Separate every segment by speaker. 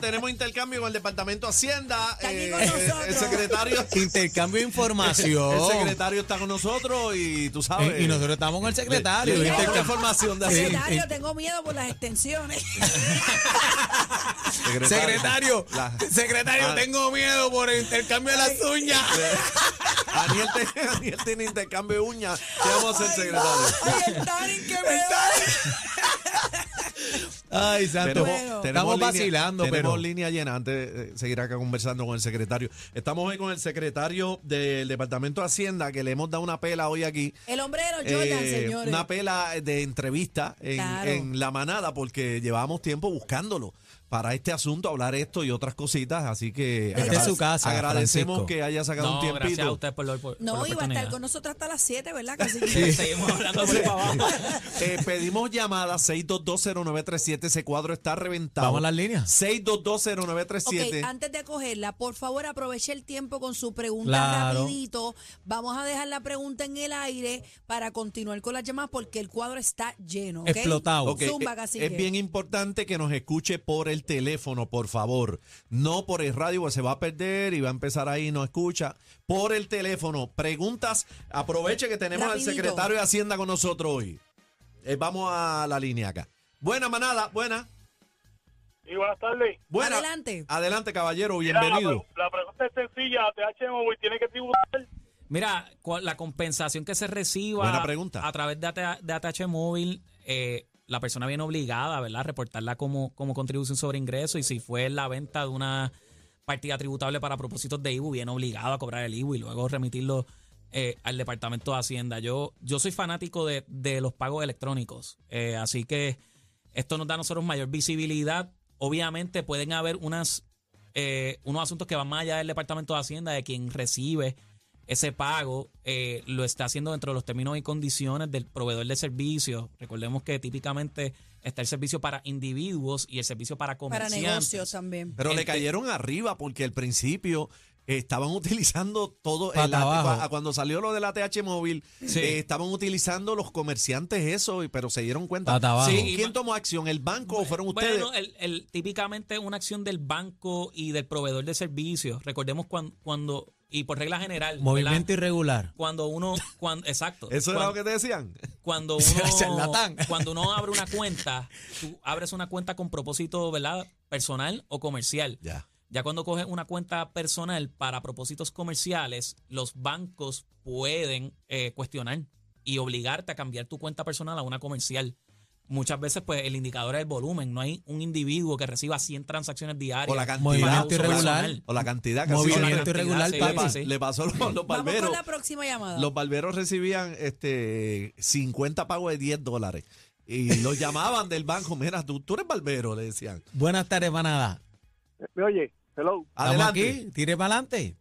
Speaker 1: tenemos intercambio con el Departamento de Hacienda.
Speaker 2: Está aquí
Speaker 1: Eh,
Speaker 2: con
Speaker 1: eh, el
Speaker 2: nosotros.
Speaker 1: secretario.
Speaker 3: Intercambio de
Speaker 1: El
Speaker 3: información.
Speaker 1: secretario está con nosotros y tú sabes.
Speaker 3: Eh, Y nosotros estamos con el secretario.
Speaker 1: Le- le damos
Speaker 3: Intercambio-
Speaker 1: información de Hacienda.
Speaker 2: Secretario, tengo miedo por las extensiones.
Speaker 3: Secretario,
Speaker 1: La-
Speaker 3: secretario,
Speaker 1: Ah.
Speaker 3: tengo miedo por el intercambio de las uñas.
Speaker 1: Daniel, te- Daniel tiene intercambio de uñas. ¿Qué vamos a hacer, secretario?
Speaker 2: Ay, el Tarin que me da.
Speaker 3: Ay, santo.
Speaker 2: Bueno.
Speaker 3: Estamos
Speaker 1: línea-
Speaker 3: vacilando,
Speaker 1: tenemos
Speaker 3: pero.
Speaker 1: línea llena antes de seguir acá conversando con el secretario. Estamos hoy con el secretario del Departamento de Hacienda, que le hemos dado una pela hoy aquí.
Speaker 2: El hombrero Jordan,
Speaker 1: Eh,
Speaker 2: señores.
Speaker 1: una pela de entrevista en,
Speaker 2: Claro.
Speaker 1: en La Manada, porque llevábamos tiempo buscándolo para este asunto, hablar esto y otras cositas. Así que
Speaker 2: Esta
Speaker 3: Este es su casa,
Speaker 1: agradecemos
Speaker 3: Francisco.
Speaker 1: que haya sacado
Speaker 4: No,
Speaker 1: un tiempito.
Speaker 4: gracias a usted por, lo, por, por
Speaker 2: no,
Speaker 4: la
Speaker 2: iba a estar
Speaker 4: oportunidad.
Speaker 2: con nosotros hasta las 7, ¿verdad? Casi
Speaker 4: Seguimos hablando por ahí para abajo.
Speaker 1: Eh, pedimos llamada 6220937. Ese cuadro está reventado.
Speaker 3: Vamos a las líneas.
Speaker 1: 6220937.
Speaker 2: Ok, antes de cogerla, por favor aproveche el tiempo con su pregunta
Speaker 3: Claro.
Speaker 2: rapidito. Vamos a dejar la pregunta en el aire para continuar con las llamadas porque el cuadro está lleno. ¿ok?
Speaker 3: Explotado.
Speaker 1: Ok,
Speaker 2: Zumba,
Speaker 1: eh,
Speaker 2: cacique.
Speaker 1: es bien importante que nos escuche por el teléfono, por favor. No por el radio, porque se va a perder y va a empezar ahí y no escucha. Por el teléfono, preguntas. Aproveche que tenemos
Speaker 2: Rapidito.
Speaker 1: al secretario de Hacienda con nosotros hoy. Eh, vamos a la línea acá. Buena manada, buena.
Speaker 5: Y buenas tardes.
Speaker 1: buena.
Speaker 2: Adelante.
Speaker 1: Adelante, caballero,
Speaker 5: Mira, la
Speaker 1: bienvenido.
Speaker 5: pre- La, pregunta es sencilla. ATH Móvil tiene que tributar.
Speaker 4: Mira, cual- la compensación que se reciba
Speaker 1: Buena pregunta.
Speaker 4: a través de, AT- de ATH Móvil, eh, la persona viene obligada, ¿verdad?, a reportarla como, como contribución sobre ingreso y si fue la venta de una partida tributable para propósitos de IBU, viene obligado a cobrar el IBU y luego remitirlo eh, al Departamento de Hacienda. Yo, yo soy fanático de, de los pagos electrónicos, eh, así que esto nos da a nosotros mayor visibilidad. Obviamente pueden haber unas, eh, unos asuntos que van más allá del Departamento de Hacienda, de quien recibe ese pago, eh, lo está haciendo dentro de los términos y condiciones del proveedor de servicios. Recordemos que típicamente está el servicio para individuos y el servicio para
Speaker 2: Para
Speaker 4: comerciantes.
Speaker 2: negocios también.
Speaker 1: Pero le
Speaker 3: Este
Speaker 4: Ente-
Speaker 1: cayeron arriba porque al principio eh, estaban utilizando todo
Speaker 3: Pata
Speaker 1: el AT-
Speaker 3: abajo.
Speaker 1: cua- cuando salió lo del ATH móvil
Speaker 4: Sí.
Speaker 1: eh, estaban utilizando los comerciantes eso y- pero se dieron cuenta
Speaker 3: Pata abajo.
Speaker 1: Sí, quién tomó acción el banco o fueron ustedes
Speaker 4: Bueno, el, el- típicamente una acción del banco y del proveedor de servicios. Recordemos cuan- cuando, y por regla general,
Speaker 3: Movimiento
Speaker 4: ¿verdad?
Speaker 3: irregular.
Speaker 4: cuando uno, cuando, exacto,
Speaker 1: eso era
Speaker 4: cuan-
Speaker 1: lo que te decían
Speaker 4: cuando
Speaker 3: Charlatán.
Speaker 4: uno, cuando uno abre una cuenta, tú abres una cuenta con propósito, ¿verdad? Personal o comercial.
Speaker 1: ya
Speaker 4: Ya cuando coges una cuenta personal para propósitos comerciales, los bancos pueden eh, cuestionar y obligarte a cambiar tu cuenta personal a una comercial. Muchas veces, pues, el indicador es el volumen. No hay un individuo que reciba 100 transacciones diarias.
Speaker 1: o la cantidad
Speaker 3: Movimiento
Speaker 4: Movimiento
Speaker 3: irregular.
Speaker 4: irregular.
Speaker 1: o la cantidad que
Speaker 3: Movimiento
Speaker 1: hacían.
Speaker 3: irregular,
Speaker 4: sí,
Speaker 1: le, pa-
Speaker 3: papi.
Speaker 4: sí, sí.
Speaker 1: le pasó a los, los
Speaker 2: Vamos
Speaker 1: barberos
Speaker 2: con la próxima llamada.
Speaker 1: los barberos recibían este 50 pagos de 10 dólares y los llamaban del banco mira tú, tú eres barbero le decían
Speaker 3: Buenas tardes, manada.
Speaker 5: Me oye, hello.
Speaker 3: Estamos
Speaker 1: adelante
Speaker 3: aquí, tire para adelante.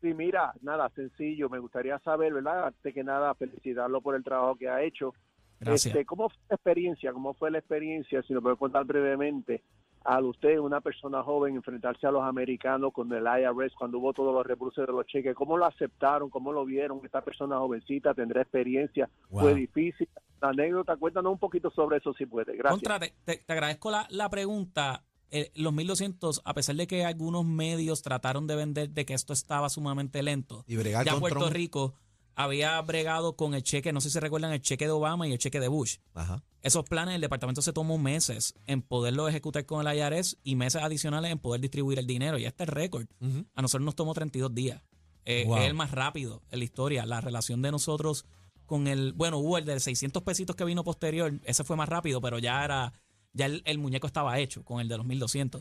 Speaker 5: Sí, mira, nada, sencillo. Me gustaría saber, ¿verdad? Antes que nada, felicitarlo por el trabajo que ha hecho.
Speaker 4: Gracias.
Speaker 5: Este, ¿Cómo fue la experiencia? ¿Cómo fue la experiencia? Si nos puede contar brevemente, al usted, una persona joven, enfrentarse a los americanos con el IRS cuando hubo todos los rebuses de los cheques, ¿cómo lo aceptaron? ¿Cómo lo vieron? Esta persona jovencita tendrá experiencia.
Speaker 3: Wow.
Speaker 5: Fue difícil. La anécdota, cuéntanos un poquito sobre eso si puede. Gracias.
Speaker 4: Contra, te, te- te agradezco la, la pregunta. Eh, los 1200, a pesar de que algunos medios trataron de vender de que esto estaba sumamente lento,
Speaker 1: y bregar
Speaker 4: ya
Speaker 1: con
Speaker 4: Puerto
Speaker 1: Trump.
Speaker 4: Rico había bregado con el cheque, no sé si recuerdan el cheque de Obama y el cheque de Bush.
Speaker 1: Ajá.
Speaker 4: Esos planes el departamento se tomó meses en poderlo ejecutar con el IRS y meses adicionales en poder distribuir el dinero. Y este es récord.
Speaker 1: Ujú.
Speaker 4: A nosotros nos tomó 32 días. Eh,
Speaker 3: Wow.
Speaker 4: Es el más rápido en la historia. La relación de nosotros con el. Bueno, hubo el de 600 pesitos que vino posterior. Ese fue más rápido, pero ya era. Ya el, el muñeco estaba hecho con el de los 1200.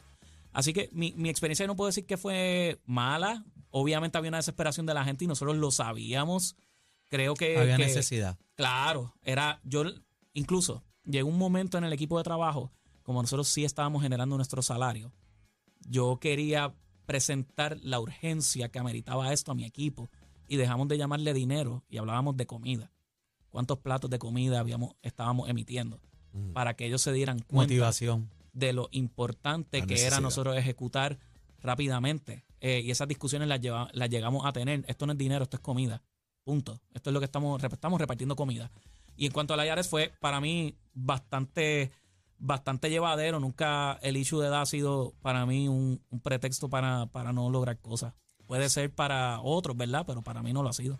Speaker 4: Así que mi, mi experiencia no puedo decir que fue mala. Obviamente había una desesperación de la gente y nosotros lo sabíamos. Creo
Speaker 1: Eh,
Speaker 4: que.
Speaker 3: Había
Speaker 4: que-
Speaker 3: necesidad.
Speaker 4: Claro, era yo incluso llegó un momento en el equipo de trabajo como nosotros sí estábamos generando nuestro salario. Yo quería presentar la urgencia que ameritaba esto a mi equipo y dejamos de llamarle dinero y hablábamos de comida. ¿Cuántos platos de comida habíamos estábamos emitiendo para que ellos se dieran cuenta
Speaker 3: Motivación.
Speaker 4: de lo importante
Speaker 1: La
Speaker 4: que
Speaker 1: necesidad.
Speaker 4: era nosotros ejecutar rápidamente. Eh, y esas discusiones las, lleva- las llegamos a tener. Esto no es dinero, esto es comida. Punto. Esto es lo que estamos, rep- estamos repartiendo comida. Y en cuanto a la IARES fue para mí bastante, bastante llevadero. Nunca el issue de edad ha sido para mí un, un pretexto para, para no lograr cosas. Puede ser para otros, ¿verdad? Pero para mí no lo ha sido.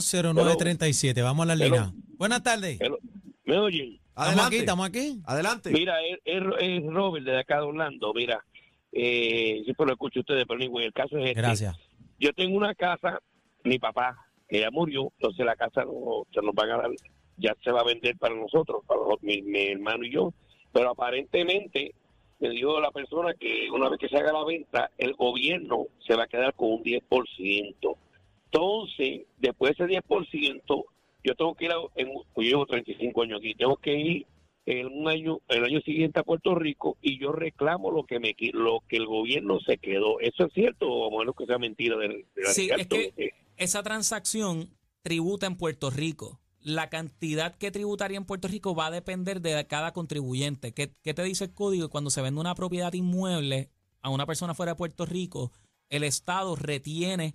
Speaker 3: 6220937. Vamos a la
Speaker 6: Hello.
Speaker 3: línea. Buenas tardes.
Speaker 6: Hello. ¿Me oyen?
Speaker 3: Estamos aquí,
Speaker 1: Adelante.
Speaker 3: estamos aquí.
Speaker 1: Adelante.
Speaker 6: Mira, es, es- es Robert de acá de Orlando. Mira, eh, siempre lo escucho a ustedes, pero anyway, el caso es este.
Speaker 3: Gracias.
Speaker 6: Yo tengo una casa, mi papá, que ya murió, entonces la casa no, se nos van a dar, ya se va a vender para nosotros, para los- mi, mi hermano y yo. Pero aparentemente me dijo la persona que una vez que se haga la venta, el gobierno se va a quedar con un 10%. Entonces, después de ese 10%, yo tengo que ir, a, en, pues yo llevo 35 años aquí, tengo que ir en un año, el año siguiente a Puerto Rico y yo reclamo lo que me qui- lo que el gobierno se quedó. ¿Eso es cierto o a menos que sea mentira? del- del
Speaker 4: Sí, es
Speaker 6: alcalde? Eh,
Speaker 4: que- Esa transacción tributa en Puerto Rico. La cantidad que tributaría en Puerto Rico va a depender de cada contribuyente. ¿Qué, qué te dice el código? Cuando se vende una propiedad inmueble a una persona fuera de Puerto Rico, el Estado retiene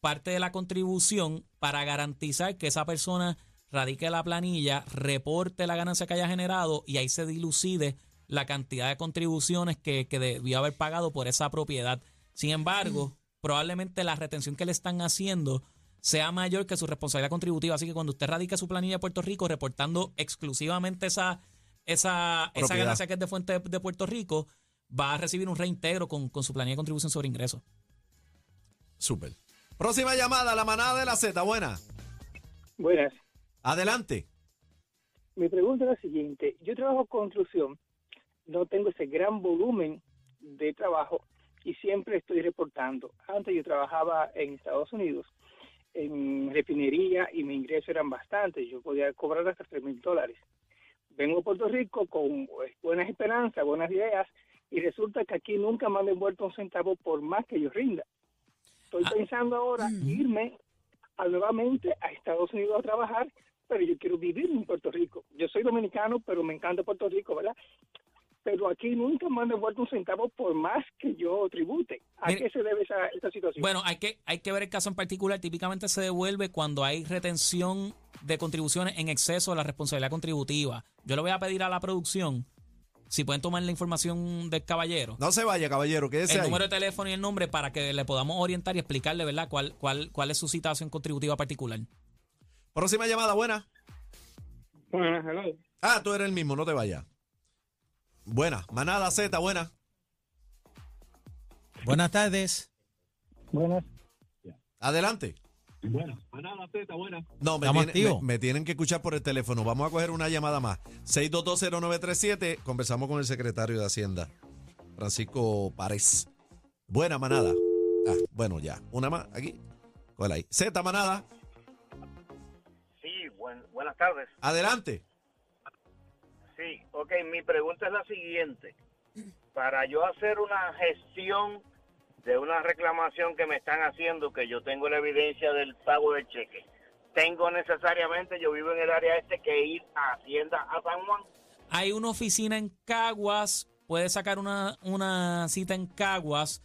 Speaker 4: parte de la contribución para garantizar que esa persona radique la planilla, reporte la ganancia que haya generado y ahí se dilucide la cantidad de contribuciones que, que debió haber pagado por esa propiedad. Sin embargo, probablemente la retención que le están haciendo sea mayor que su responsabilidad contributiva. Así que cuando usted radica su planilla de Puerto Rico reportando exclusivamente esa, esa, esa
Speaker 1: Propiedad.
Speaker 4: ganancia que es de fuente de, de Puerto Rico, va a recibir un reintegro con, con su planilla de contribución sobre ingresos.
Speaker 1: Súper. Próxima llamada, la manada de la Z. Buena.
Speaker 7: Buenas.
Speaker 1: Adelante.
Speaker 7: Mi pregunta es la siguiente. Yo trabajo construcción, no tengo ese gran volumen de trabajo y siempre estoy reportando. Antes yo trabajaba en Estados Unidos, en refinería y mi ingreso eran bastantes. Yo podía cobrar hasta tres mil dólares. Vengo a Puerto Rico con pues, buenas esperanzas, buenas ideas y resulta que aquí nunca me han devuelto un centavo por más que yo rinda. Estoy
Speaker 4: Ah.
Speaker 7: pensando ahora irme a- nuevamente a Estados Unidos a trabajar pero yo quiero vivir en Puerto Rico. Yo soy dominicano, pero me encanta Puerto Rico, ¿verdad? Pero aquí nunca me han devuelto un centavo por más que yo tribute. ¿A
Speaker 4: Mire-
Speaker 7: qué se debe esa, esta situación?
Speaker 4: Bueno, hay que, hay que ver el caso en particular. Típicamente se devuelve cuando hay retención de contribuciones en exceso de la responsabilidad contributiva. Yo le voy a pedir a la producción si pueden tomar la información del caballero.
Speaker 1: No se vaya, caballero, quédese
Speaker 4: el
Speaker 1: ahí.
Speaker 4: número de teléfono y el nombre para que le podamos orientar y explicarle, ¿verdad?, cuál, cuál, cuál es su situación contributiva particular.
Speaker 1: Próxima llamada, buena. Ah, tú eres el mismo, no te vayas. Buena. Manada Z, buena.
Speaker 3: Buenas tardes.
Speaker 7: Buenas.
Speaker 1: Adelante. No, me,
Speaker 3: Estamos
Speaker 1: tiene- me-
Speaker 3: activos.
Speaker 1: me tienen que escuchar por el teléfono. Vamos a coger una llamada más. 6220937. Conversamos con el secretario de Hacienda, Francisco Párez. Buena manada. Ah, bueno, ya. Una más aquí. Cógela ahí. Z manada.
Speaker 8: Sí, buen- buenas tardes.
Speaker 1: Adelante.
Speaker 8: Sí, ok, mi pregunta es la siguiente. Para yo hacer una gestión de una reclamación que me están haciendo, que yo tengo la evidencia del pago del cheque, tengo necesariamente, yo vivo en el área este, que ir a Hacienda a San Juan.
Speaker 4: Hay una oficina en Caguas, puede sacar una, una cita en Caguas,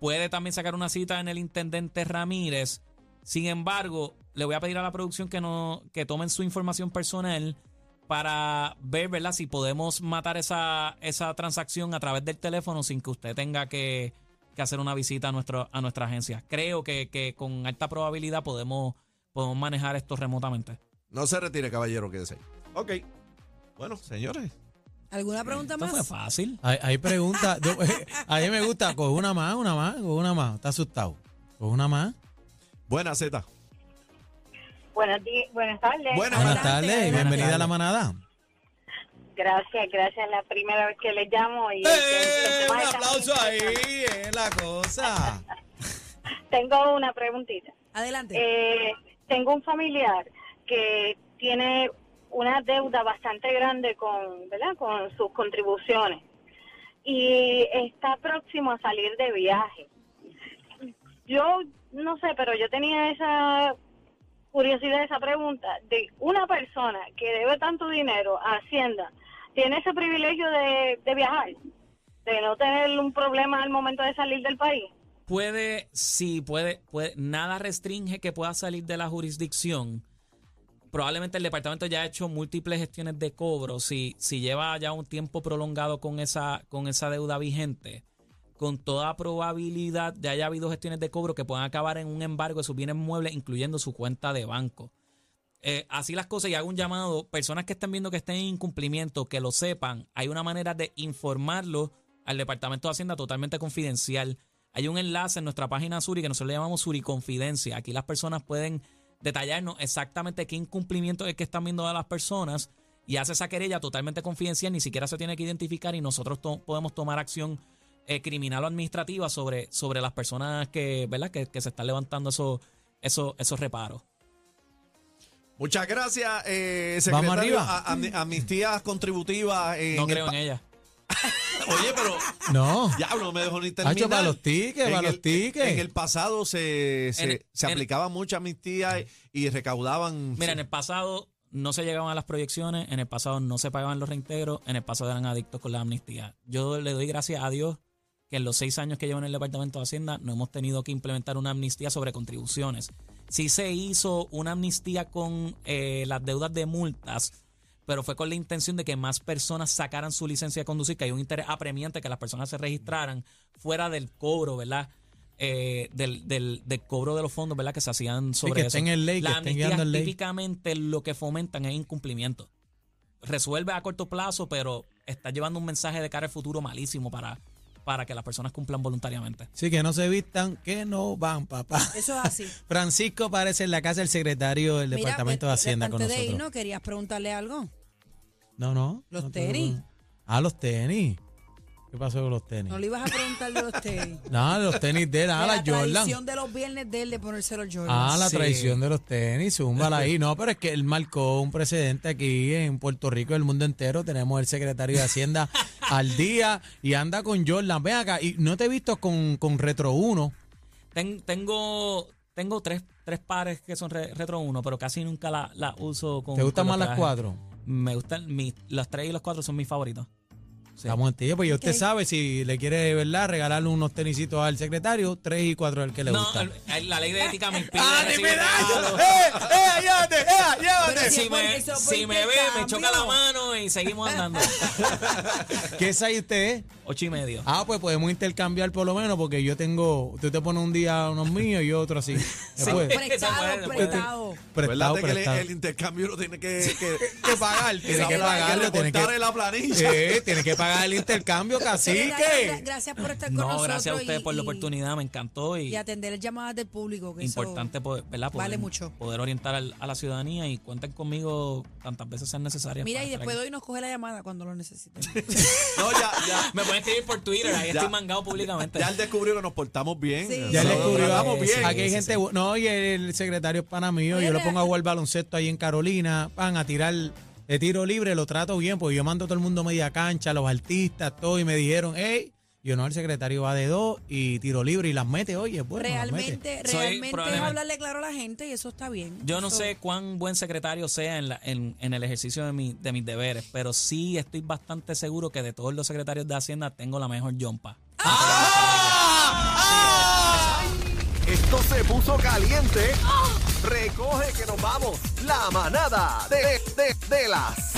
Speaker 4: puede también sacar una cita en el intendente Ramírez. Sin embargo, le voy a pedir a la producción que no que tomen su información personal para ver, ¿verdad? Si podemos matar esa, esa transacción a través del teléfono sin que usted tenga que, que hacer una visita a, nuestro, a nuestra agencia. Creo que, que con alta probabilidad podemos, podemos manejar esto remotamente.
Speaker 1: No se retire, caballero, quédese ahí. Ok. Bueno, señores.
Speaker 2: ¿Alguna pregunta
Speaker 4: Esto fue
Speaker 2: más?
Speaker 4: fácil.
Speaker 3: Hay, hay preguntas. Yo- a mí me gusta. Coge una más, una más, coge una más. Está asustado. Coge una más.
Speaker 1: Buena Z.
Speaker 9: Buenas, di- buenas tardes.
Speaker 1: Buena
Speaker 3: Buenas
Speaker 1: manada.
Speaker 3: tardes.
Speaker 2: Buenas
Speaker 3: Bienvenida a la
Speaker 4: tardes.
Speaker 3: manada.
Speaker 9: Gracias, gracias. Es la primera vez que les llamo.
Speaker 3: ¡Eh!
Speaker 9: y los
Speaker 3: Un
Speaker 9: temas están
Speaker 3: aplauso
Speaker 9: muy
Speaker 3: ahí.
Speaker 9: interesantes.
Speaker 3: Es la cosa.
Speaker 9: Tengo una preguntita.
Speaker 2: Adelante.
Speaker 9: Eh, tengo un familiar que tiene una deuda bastante grande con, ¿verdad? con sus contribuciones y está próximo a salir de viaje. Yo no sé, pero yo tenía esa curiosidad, esa pregunta de una persona que debe tanto dinero a Hacienda, ¿tiene ese privilegio de, de viajar? ¿De no tener un problema al momento de salir del país?
Speaker 4: Puede, sí, puede, puede, nada restringe que pueda salir de la jurisdicción. probablemente el departamento ya ha hecho múltiples gestiones de cobro. Si, si lleva ya un tiempo prolongado con esa, con esa deuda vigente, con toda probabilidad ya haya habido gestiones de cobro que puedan acabar en un embargo de sus bienes muebles, incluyendo su cuenta de banco. Eh, así las cosas, y hago un llamado, personas que estén viendo que estén en incumplimiento, que lo sepan, hay una manera de informarlo al Departamento de Hacienda totalmente confidencial. Hay un enlace en nuestra página Suri que nosotros le llamamos Suriconfidencia. Aquí las personas pueden detallarnos exactamente qué incumplimiento es que están viendo a las personas y hace esa querella totalmente confidencial, ni siquiera se tiene que identificar y nosotros to- podemos tomar acción eh, criminal o administrativa sobre, sobre las personas que, ¿verdad? que, que se están levantando esos, esos, esos reparos.
Speaker 1: Muchas gracias, eh, secretario.
Speaker 3: Vamos arriba.
Speaker 1: A- amni- amnistías contributivas. En
Speaker 4: No
Speaker 1: el
Speaker 4: creo en
Speaker 1: pa-
Speaker 4: ella.
Speaker 1: Oye, pero
Speaker 3: No.
Speaker 1: ya no me dejó ni terminar.
Speaker 3: Hacho, para los tickets,
Speaker 1: En
Speaker 3: para los
Speaker 1: el-
Speaker 3: tickets.
Speaker 1: En el pasado se, se,
Speaker 4: En-
Speaker 1: se
Speaker 4: en-
Speaker 1: aplicaban muchas amnistías y, y recaudaban.
Speaker 4: Mira, en el pasado no se llegaban a las proyecciones, en el pasado no se pagaban los reintegros, en el pasado eran adictos con la amnistía. Yo le doy gracias a Dios que en los seis años que llevo en el Departamento de Hacienda no hemos tenido que implementar una amnistía sobre contribuciones. Sí se hizo una amnistía con eh, las deudas de multas, pero fue con la intención de que más personas sacaran su licencia de conducir, que hay un interés apremiante que las personas se registraran fuera del cobro, ¿verdad? Eh, del, del- del cobro de los fondos, ¿verdad? Que se hacían sobre
Speaker 3: que
Speaker 4: eso.
Speaker 3: esté en el ley, que
Speaker 4: Las
Speaker 3: estén guiando
Speaker 4: amnistías
Speaker 3: el ley.
Speaker 4: típicamente lo que fomentan es incumplimiento. Resuelve a corto plazo, pero está llevando un mensaje de cara al futuro malísimo para, para que las personas cumplan voluntariamente.
Speaker 3: Sí, que no se vistan, que no van, papá.
Speaker 2: Eso es así.
Speaker 3: Francisco parece en la casa del secretario del
Speaker 2: Mira,
Speaker 3: Departamento
Speaker 2: pero
Speaker 3: de Hacienda con
Speaker 2: antes de
Speaker 3: nosotros.
Speaker 2: irnos, querías preguntarle algo.
Speaker 3: No, no.
Speaker 2: Los
Speaker 3: no te
Speaker 2: tenis.
Speaker 3: preocupes. Ah, los tenis. ¿Qué pasó con los tenis?
Speaker 2: No le ibas a preguntar de los tenis.
Speaker 3: No, los tenis de
Speaker 4: Ah,
Speaker 3: la,
Speaker 2: De
Speaker 3: la Jordan.
Speaker 2: tradición de los viernes de él de ponérselo al Jordan.
Speaker 3: Ah, la
Speaker 4: Sí.
Speaker 3: traición de los tenis, zúmbala ahí. No, pero es que él marcó un precedente aquí en Puerto Rico, el mundo entero. Tenemos el secretario de Hacienda al día y anda con Jordan. Ven acá, y no te he visto con, con Retro 1.
Speaker 4: Ten- tengo tengo tres, tres pares que son re- retro uno, pero casi nunca las la uso con.
Speaker 3: ¿Te gustan
Speaker 4: con
Speaker 3: más
Speaker 4: los
Speaker 3: las
Speaker 4: trajes.
Speaker 3: cuatro?
Speaker 4: Me gustan, mis, los tres y los cuatro son mis favoritos. Sí.
Speaker 3: Estamos en tío, pues ya usted
Speaker 2: Ok.
Speaker 3: sabe si le quiere, ¿verdad? Regalarle unos tenisitos al secretario, tres y cuatro al que le
Speaker 4: No,
Speaker 3: gusta.
Speaker 4: el- la ley de ética me impide.
Speaker 3: ¡Ah, ni
Speaker 4: recibir
Speaker 3: medallo!
Speaker 4: regalos.
Speaker 3: ¡Eh, eh, llévate, eh,
Speaker 2: Pero
Speaker 3: llévate!
Speaker 2: si
Speaker 4: Si
Speaker 2: es porque
Speaker 4: me,
Speaker 2: eso fue
Speaker 4: si me ve, me
Speaker 2: intercambio.
Speaker 4: choca la mano y seguimos andando.
Speaker 3: ¿Qué es ahí usted?
Speaker 4: Ocho y medio.
Speaker 3: Ah, pues podemos intercambiar por lo menos, porque yo tengo. Tú te pones un día unos míos y otro así. Después,
Speaker 4: se puede,
Speaker 2: Prestado,
Speaker 4: se puede.
Speaker 2: prestado.
Speaker 3: prestado,
Speaker 1: Acuérdate que le-
Speaker 3: prestado.
Speaker 1: el intercambio lo tiene que, que,
Speaker 3: que pagar, tiene que pagarlo, tiene
Speaker 1: reportar
Speaker 3: que. Eh.
Speaker 1: en la planilla.
Speaker 3: Sí, tiene que pagar el intercambio,
Speaker 2: Gracias,
Speaker 3: cacique.
Speaker 2: gracias por estar con
Speaker 4: No,
Speaker 2: nosotros.
Speaker 4: gracias a
Speaker 2: y-
Speaker 4: ustedes por la
Speaker 2: y-
Speaker 4: oportunidad, me encantó y
Speaker 2: Y atender las llamadas del público. Que eso-
Speaker 4: importante poder, ¿verdad? poder,
Speaker 2: vale mucho.
Speaker 4: poder orientar al- a la ciudadanía y cuenten conmigo tantas veces sean necesarias.
Speaker 2: Mira,
Speaker 4: para
Speaker 2: y
Speaker 4: estar
Speaker 2: después
Speaker 4: aquí.
Speaker 2: hoy nos coge la llamada cuando lo necesitemos.
Speaker 1: No, ya, ya.
Speaker 4: Me pueden escribir por Twitter, ahí
Speaker 1: Ya.
Speaker 4: estoy mangado públicamente.
Speaker 1: Ya él descubrió que nos portamos bien.
Speaker 2: Sí.
Speaker 3: Ya
Speaker 1: Nos
Speaker 3: le
Speaker 1: portamos
Speaker 3: descubrió.
Speaker 1: bien.
Speaker 3: Aquí hay
Speaker 4: Sí, sí,
Speaker 3: gente.
Speaker 4: sí.
Speaker 3: bu- No, y el secretario es pana mío.
Speaker 2: Oye,
Speaker 3: Yo lo
Speaker 2: real-
Speaker 3: pongo a jugar baloncesto ahí en Carolina. Van a tirar de tiro libre, lo trato bien, porque yo mando a todo el mundo media cancha, los artistas, todo. Y me dijeron, hey, yo no, el secretario va de dos y tiro libre y las mete. Oye, bueno, las mete.
Speaker 2: realmente,
Speaker 4: Soy
Speaker 2: realmente es
Speaker 4: probablemente-
Speaker 2: hablarle claro a la gente y eso está bien.
Speaker 4: Yo no
Speaker 2: Eso-
Speaker 4: sé cuán buen secretario sea en, la- en- en el ejercicio de, mi- de mis deberes, pero sí estoy bastante seguro que de todos los secretarios de Hacienda tengo la mejor yompa.
Speaker 10: Esto se puso caliente. Recoge que nos vamos. La manada de, de, de las.